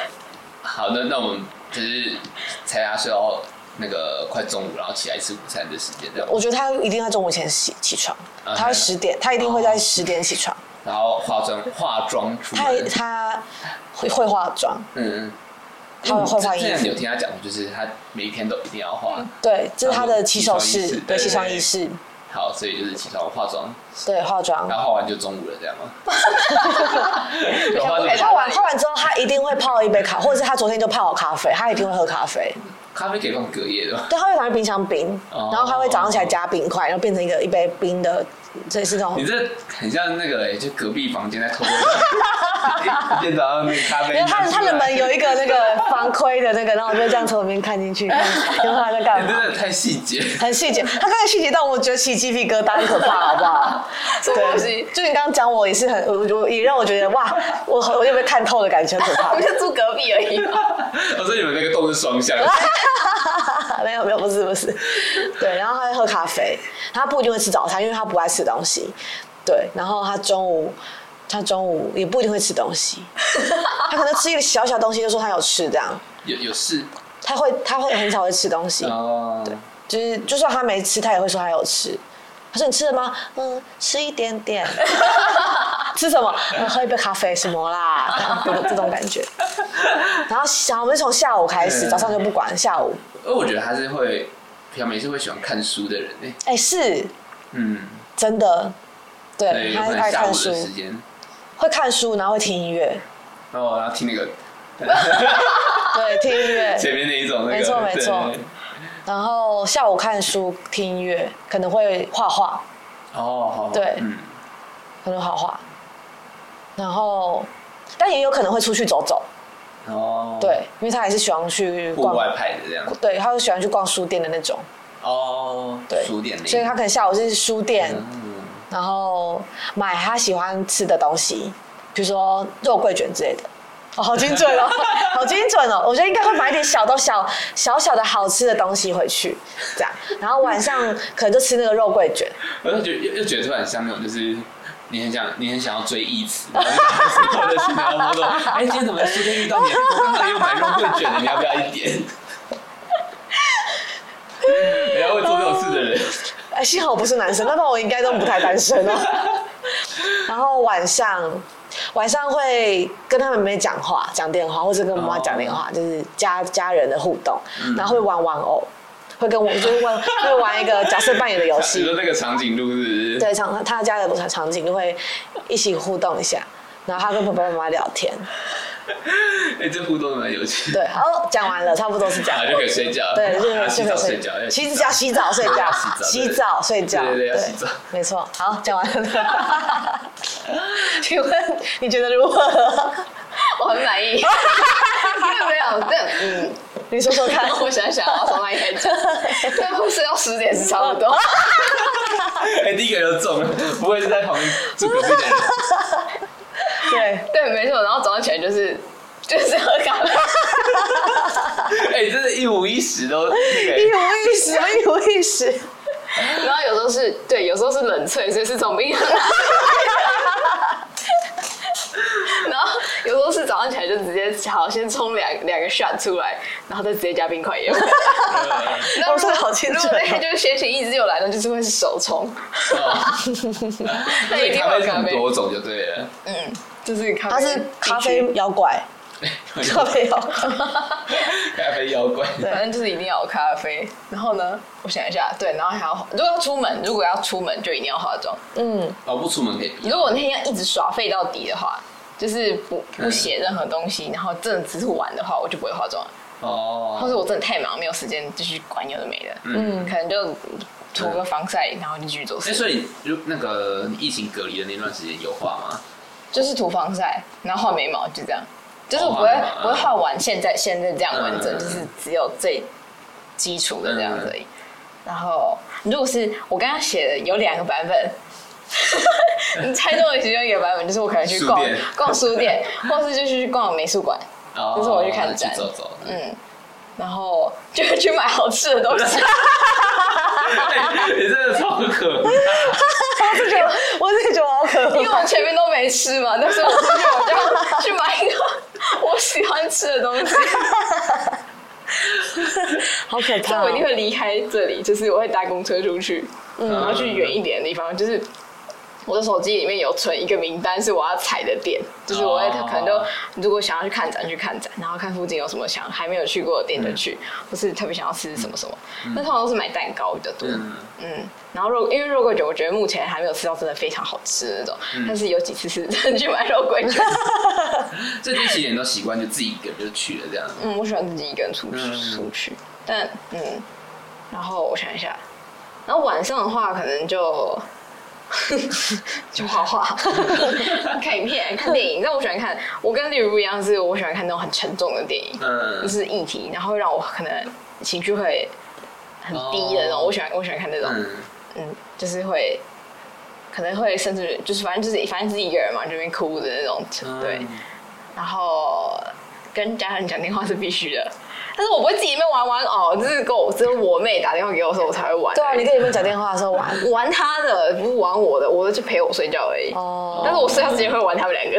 好，那那我们就是猜他睡到那个快中午，然后起来吃午餐的时间这样，
我觉得他一定在中午前起起床，
啊哦
他会十点，他一定会在十点起床。
然后化妆化妆出
他
门，
他会会化妆，
嗯嗯，
他会会换
之
衣
前
服，
有听他讲过，就是他每一天都一定要化，
对，这是他的
起
起
床
手
仪式
式，
对
对，起床仪式，
好，所以就是起床化妆，
对，化妆
然。后化完就中午了，这样吗？哦有化
哎
妆
他
化完化完之后，他一定会泡一杯咖，或者是他昨天就泡好咖啡，他一定会喝咖啡。
咖啡可以放隔夜的吗？ [LAUGHS]
对，他会放在冰箱冰，
哦
然后他会早上起来加冰块，然后变成一个一杯冰的，这是那种
你。这很像那个、欸，就隔壁房间在
[LAUGHS]
偷喝，一天早上那个咖啡
因为
拿出来。
他他的门有一个那个防窥的那个，然后我就这样从里面看进去，看有没有他在干
欸真
嘛，
的太细节。
很细节。他刚才细节到我觉得起鸡皮疙瘩，很可
[LAUGHS]
怕，好不好？
什么东西？
就你刚刚讲我也是很，我我也让我觉得哇，我我有被看透的感觉，很可
[LAUGHS] 我
怕
们。就住隔壁而已。
[LAUGHS] 我哦说你们那个洞是
[LAUGHS]
双向的，
没有没有，不是不是，对，然后他会喝咖啡，他不一定会吃早餐，因为他不爱吃东西，对，然后他中午。他中午也不一定会吃东
[LAUGHS]
西，他可能吃一个小小东西就说他有吃这样，
有有事
他会他会很少会吃东西，
哦。
就是就算他没吃，他也会说他有吃。他说你吃了吗？嗯，吃一点点。吃什么？嗯喝一杯咖啡什么啦？ [LAUGHS] 这样这种感觉。然后小我们从下午开始，
嗯
早上就不管，下午
而我觉得他是会，平常没事会喜欢看书的人呢、欸。
哎、是
嗯，
真的，对，
对，有
他
可能
爱
下
看
午
书
的，时间，
会看书，然后会听音乐，
然后然后哦听那个
对，听音
[LAUGHS]
乐，
前面那一种那个，
没错没
对
错。然后下午看书听音乐，可能会画画，
哦，好，
对
嗯，
可能画画，然后但也有可能会出去走走，
哦，，
对，因为他也是喜欢去
户
逛，
外派的这样，
对，他是喜欢去逛书店的那种，
哦，
对，
书店那一种，
所以他可能下午是书店，
嗯，
然后买他喜欢吃的东西，比如说肉桂卷之类的。哦，好精准
[LAUGHS]
哦，好精准哦！我觉得应该会买点小到小小小的好吃的东西回去，这样，然后晚上可能就吃那个肉桂卷，
我就觉得又又觉得突然像那种就是。你很想，你很想要追义子，然后就把所有的事情然后说，哎、今天怎么书店遇到你？我刚才又买肉桂卷了，你要不要一点？然后会做这种事的 [LAUGHS] 人，
哎，幸好我不是男生，要不然我应该都不太单身哦。然后晚上，晚上会跟他们妹妹讲话，讲电话，或者跟妈妈讲电话，就是家家人的互动，然后会玩玩偶，会跟我就是玩会玩一个角色扮演的游
[LAUGHS] 你
戏
说，那个长颈鹿是不是？
对，场他家的场景就会一起互动一下，然后他跟爸爸妈妈聊天，
哎、这互动蛮有趣的。
对，哦，讲完了，差不多是这样
好，。就可以睡觉
[LAUGHS]
了。
对，
要洗澡睡觉，要
啊洗
洗
澡、洗澡、睡 [LAUGHS] 觉、洗
洗
澡、
澡
睡觉，
对对对要洗澡
没错。好，讲完了。 [LAUGHS] 请问你觉得如何？ [LAUGHS]
我很满意。没有没有，但嗯，
你说 [LAUGHS] 说看。
[LAUGHS] 我想想，我从哪里开始讲？对，我睡到十点是差不
[LAUGHS]
多。
哎、第一个就中了，不会是在旁边住隔壁的人？
对，
对，没错。然后早上起来就是就是喝咖啡。
哎、真的一五一十都那个、欸
一五一十，一五一十。
然后有时候是对，有时候是冷萃，所以是从冰箱拿出来的。 [LAUGHS] 然后有时候是早上起来就直接好，先冲两两个 shot 出来，然后再直接加冰块
[LAUGHS]
也有。那
我
如
说
果
哦得好清楚
如
哦
果那天就是学习一直有来呢，就是会是手冲，
哦，
[LAUGHS] 那
所
一
以
定
咖
会有
啡是
咖
很
啡，
多种就对了。
就是咖啡。
他是
[LAUGHS]
咖啡，妖怪， [LAUGHS] 咖啡妖怪。
咖啡妖怪，
反正就是一定要有咖啡。然后呢，我想一下，对，然后还要如果要出门，如果要出门就一定要化妆。
嗯，
哦，不出门可以。
如果那天要一直耍废到底的话，就是不不写任何东西，然后真的只是玩的话，我就不会化妆。或
哦，
者我真的太忙，没有时间继续管有的没的，
嗯
嗯，可能就涂个防晒，然后就继续做
哎、
事，
所以如那个你疫情隔离的那段时间有画吗？
就是涂防晒，然后画眉毛，就这样。就是我不
哦
会、
画眉毛
不会画完现在现在这样完整，
嗯
就是只有最基础的这样子而已。然后如果是我刚刚写的有两个版本。 [LAUGHS] 你猜中了其中一个版本，就是我可能去
书
逛
店
逛书店，或是就是去逛美术馆，
哦，
就是我去看展
走
[LAUGHS]
走。嗯，
嗯，然后就会去买好吃的东
[LAUGHS]
西。
你真的超可
我
怕。
这觉得，我这觉得好可
因为
怕。
我前面都没吃嘛，但是我出去我就要去买一个我喜欢吃的东西，
好可
所以
怕哦、
我一定会离开这里，就是我会搭公车出去，然后去远一点的地方，就是。我的手机里面有存一个名单，是我要踩的店，就是我会
哦
可能就如果想要去看展去看展，然后看附近有什么想还没有去过的店就去，或是特别想要吃什么什么。那通常都是买蛋糕比较多，
嗯，
嗯，然后肉因为肉桂卷，我觉得目前还没有吃到真的非常好吃的那种，但是有几次是 [LAUGHS] 真的去买肉桂卷，
这这几年都习惯就自己一个人就去了这样。
嗯，我喜欢自己一个人出去、
嗯
出去，但嗯，然后我想一下，然后晚上的话可能就 [LAUGHS] 就画画、 [LAUGHS] 看影片、看电影。但我喜欢看，我跟例如不一样，是我喜欢看那种很沉重的电影，
嗯
就，是议题，然后让我可能情绪会很低的那种。
哦
我喜欢我喜欢看那种，
嗯，
嗯，就是会可能会甚至就是反正就是反正自己一个人嘛，这边哭的那种，对。
嗯
然后跟家人讲电话是必须的，但是我不会自己里面玩玩哦，就是跟我只有我妹打电话给我的时候我才会玩。
对啊，你跟你们讲电话的时候玩。
玩她的，不是玩我的，我的就陪我睡觉而已。
哦，
但是我睡觉之前会玩他们两
[LAUGHS]
个，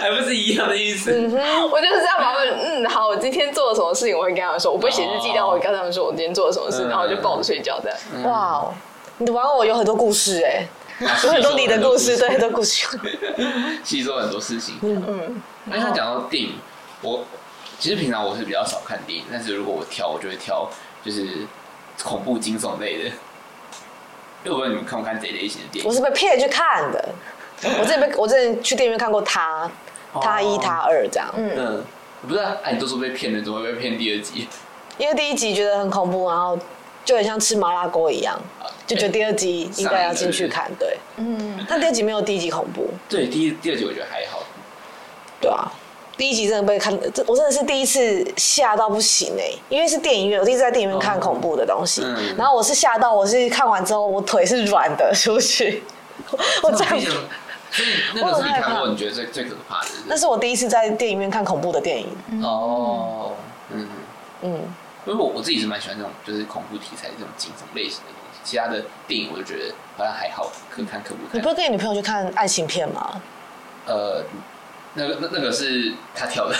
还不是一样的意思。
嗯
嗯
我就是要把他们嗯好，我今天做了什么事情，我会跟他们说，我不会写日记
哦，
但我会跟他们说我今天做了什么事，
嗯
然后就抱着睡觉这样。
哇哦，你的玩偶有很多故事哎、
[LAUGHS]
有很多你的故事，对，很多故事。
啊吸收很多事情。嗯，因为他讲到电影，我其实平常我是比较少看电影，但是如果我挑，我就会挑就是恐怖惊悚类的。因为我不知道你们看不看这类型的电
我
影？
是被骗去看的。我之前被我之前去电影院看过他，他一他二这样，
嗯，我不知道，哎，你都说被骗了，怎么会被骗第二集？
因为第一集觉得很恐怖，然后就很像吃麻辣锅一样， [LAUGHS] 就觉得第二集应该要进去看，对，嗯，但第二集没有第一集恐怖，
哎对，第一第二集我觉得还好。
对啊。第一集真的被看，这我真的是第一次吓到不行哎、因为是电影院，我第一次在电影院看恐怖的东西，
嗯
然后我是吓到，我是看完之后我腿是软的出去， [LAUGHS] 我
[LAUGHS]
站不
所
住。
以那个是你看过你觉得最最可怕的是不
那
是
是我第一次在电影院看恐怖的电影，
哦，嗯，
嗯，
因为我我自己是蛮喜欢这种就是恐怖题材这种惊悚类型的东西，其他的电影我就觉得好像还好，可看可不看。
你不是跟你女朋友去看爱情片吗？
呃，那个那那个是他挑的，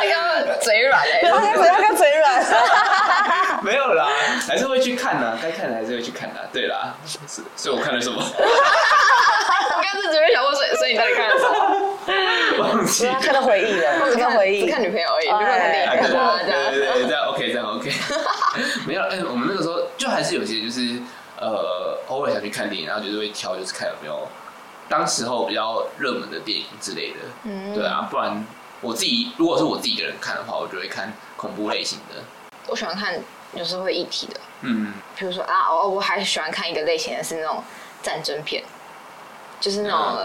那个嘴软哎、
不 [LAUGHS] 要不要跟嘴软，
没有啦，还是会去看啦，该看的还是会去看啊啦，对啦，是所以我看了什么 [LAUGHS]
我刚才只是想问，所以所以你到底看了什
[LAUGHS]
么？
忘记
他 [LAUGHS] 看到回忆了，只看回忆，
只看女朋友而已，
哎
就看电
啊
影
对
看
啦
啊这样。
对对对，这样 OK，这样 OK，没有，哎，我们那个时候就还是有些就是呃，偶尔想去看电影，然后就是会挑就是看有没有当时候比较热门的电影之类的。嗯，对啊，不然我自己如果是我自己一个人看的话，我就会看恐怖类型的。
我喜欢看有时候会议题的，
嗯，
比如说啊，哦，我还喜欢看一个类型的是那种战争片，就是那种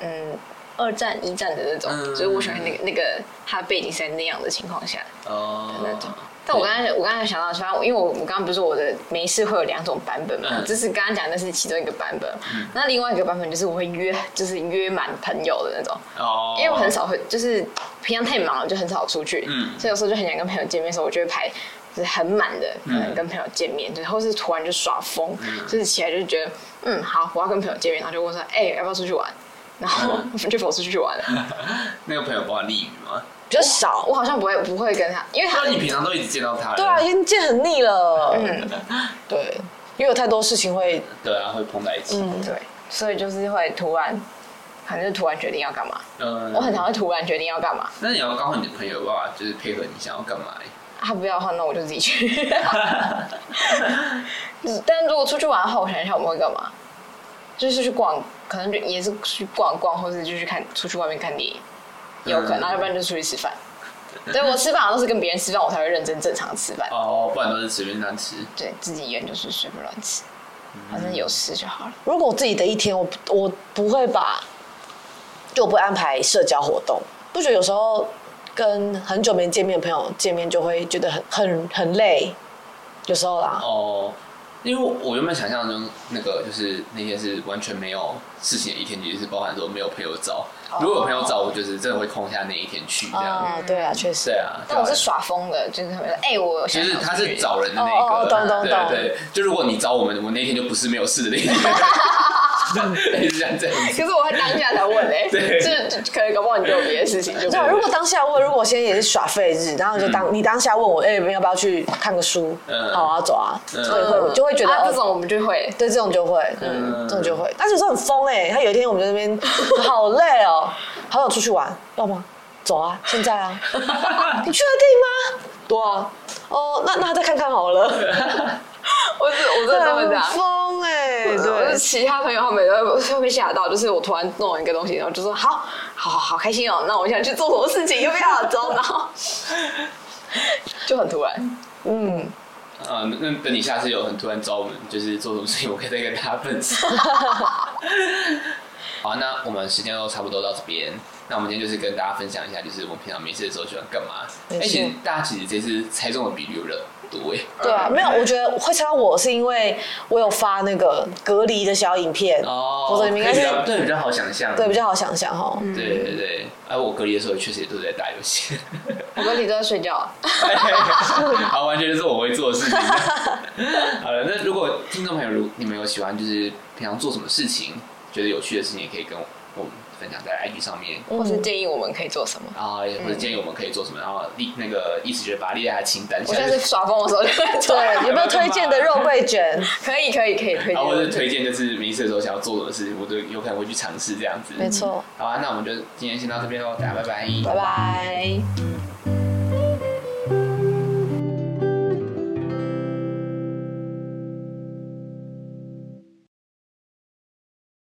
嗯二战、一战的那种，
嗯
所以我喜欢那个那个它的背景是在那样的情况下
哦、
那种。但我刚才我刚才想到，反正因为我我刚刚不是说我的没事会有两种版本嘛，
嗯
这是刚刚讲的是其中一个版本，那另外一个版本就是我会约，就是约满朋友的那种，
哦，
因为我很少会，就是平常太忙了，就很少出去，
嗯
所以有时候就很想跟朋友见面的时候，我就会排就是很满的，可
嗯
能跟朋友见面，就或是突然就耍疯，就是起来就觉得，嗯，好，我要跟朋友见面，然后就问说，哎、要不要出去玩？然后
嗯
就跑出去玩
[LAUGHS]
了，
那个朋友不好俚语吗？
比较少。
我好像不会不会跟他，因为他
那你平常都一直见到他，
对啊，已，经见很腻了。嗯，对，因为有太多事情会，
对啊，会碰在一起。
嗯，
对，所以就是会突然，反正就突然决定要干嘛，
嗯，
我很常会突然决定要干嘛，
那你要刚好你的朋友有办法就是配合你想要干嘛欸、
他不要的话，那我就自己去。
[LAUGHS]
嗯但如果出去玩的话，我想一下我们会干嘛？就是去逛，可能就也是去逛逛，或是就去看出去外面看电影，也有可能。
嗯
然后要不然就出去吃饭。对我吃饭好像都是跟别人吃饭，我才会认真正常吃饭。
哦，不然都是随便乱吃。
对自己一个人就是随便乱吃，
嗯
反正有吃就好了。
如果我自己的一天，我不我不会把，就我不会安排社交活动。不觉得有时候跟很久没见面的朋友见面，就会觉得很很很累，有时候啦。
哦，因为我原本想象中那个就是那天是完全没有事情的一天，就是包含说没有朋友找。
哦
如果有朋友找，我就是真的会空下那一天去这样。
啊，对啊，确实
对。啊，
但我是耍疯的，就是他们说，哎、我
就
想
是
要
他
出去
是找人的那
哦
个，
哦懂懂
对
懂
对，就如果你找我们，我那天就不是没有事的那
[LAUGHS]
一天， [LAUGHS] 类似像这样子。
可是我会当下才问哎、
[LAUGHS] 对
就是就可能搞不好你就有别的事情就
对啊，如果当下问，如果现在也是耍废日，然后就当、你当下问我，哎、要不要去看个书？
嗯
好啊，走啊，
嗯
就会会就会觉得、
啊、这
呃
种我们就会
对，这种就会，嗯，这种就会。但是有时候很疯哎、他有一天我们在那边好累哦、好想出去玩，要吗？走啊，现在啊，你确定吗？多啊，哦，那那再看看好了。
我是我真的都会这样
很。疯哎、
我
对
是，其他朋友他们也都会会被吓到，就是我突然弄完一个东西，然后就说好，好好好开心哦，那我想去做什么事情，要不要？走，然 [LAUGHS] 后就很突然，
嗯，
啊，那那等你下次有很突然找我们，就是做什么事情，我可以再跟大家分享。
[LAUGHS]
好，那我们时间都差不多到这边，那我们今天就是跟大家分享一下，就是我们平常没事的时候喜欢干嘛。
没
而
错
且大家其实这次猜中的比率有点多欸耶。
对啊，没有，我觉得会猜到我是因为我有发那个隔离的小影片，
哦，
否则你们应该是
对比较对比较好想象。
对比较好想象哦哈。
对对对，哎、我隔离的时候确实也都在打游戏，
我跟你都在睡觉，
[LAUGHS] 好，完全就是我会做的事情。 [LAUGHS] 好了，那如果听众朋友，如你们有喜欢就是平常做什么事情，觉得有趣的事情，也可以跟我我们分享在 IG 上面。
或是建议我们可以做什么。
然后也或者建议我们可以做什么，然后立那个意思就是把它列在清单
我
下
现在是耍疯的时候就会做，
对，有没有推荐的肉桂卷？
可以可以可以推
然后或者
荐。
是推荐就是没事的时候想要做什么事情，我都有可能会去尝试这样子。
没错，
好啊，那我们就今天先到这边喽，大家拜拜
拜拜。
拜。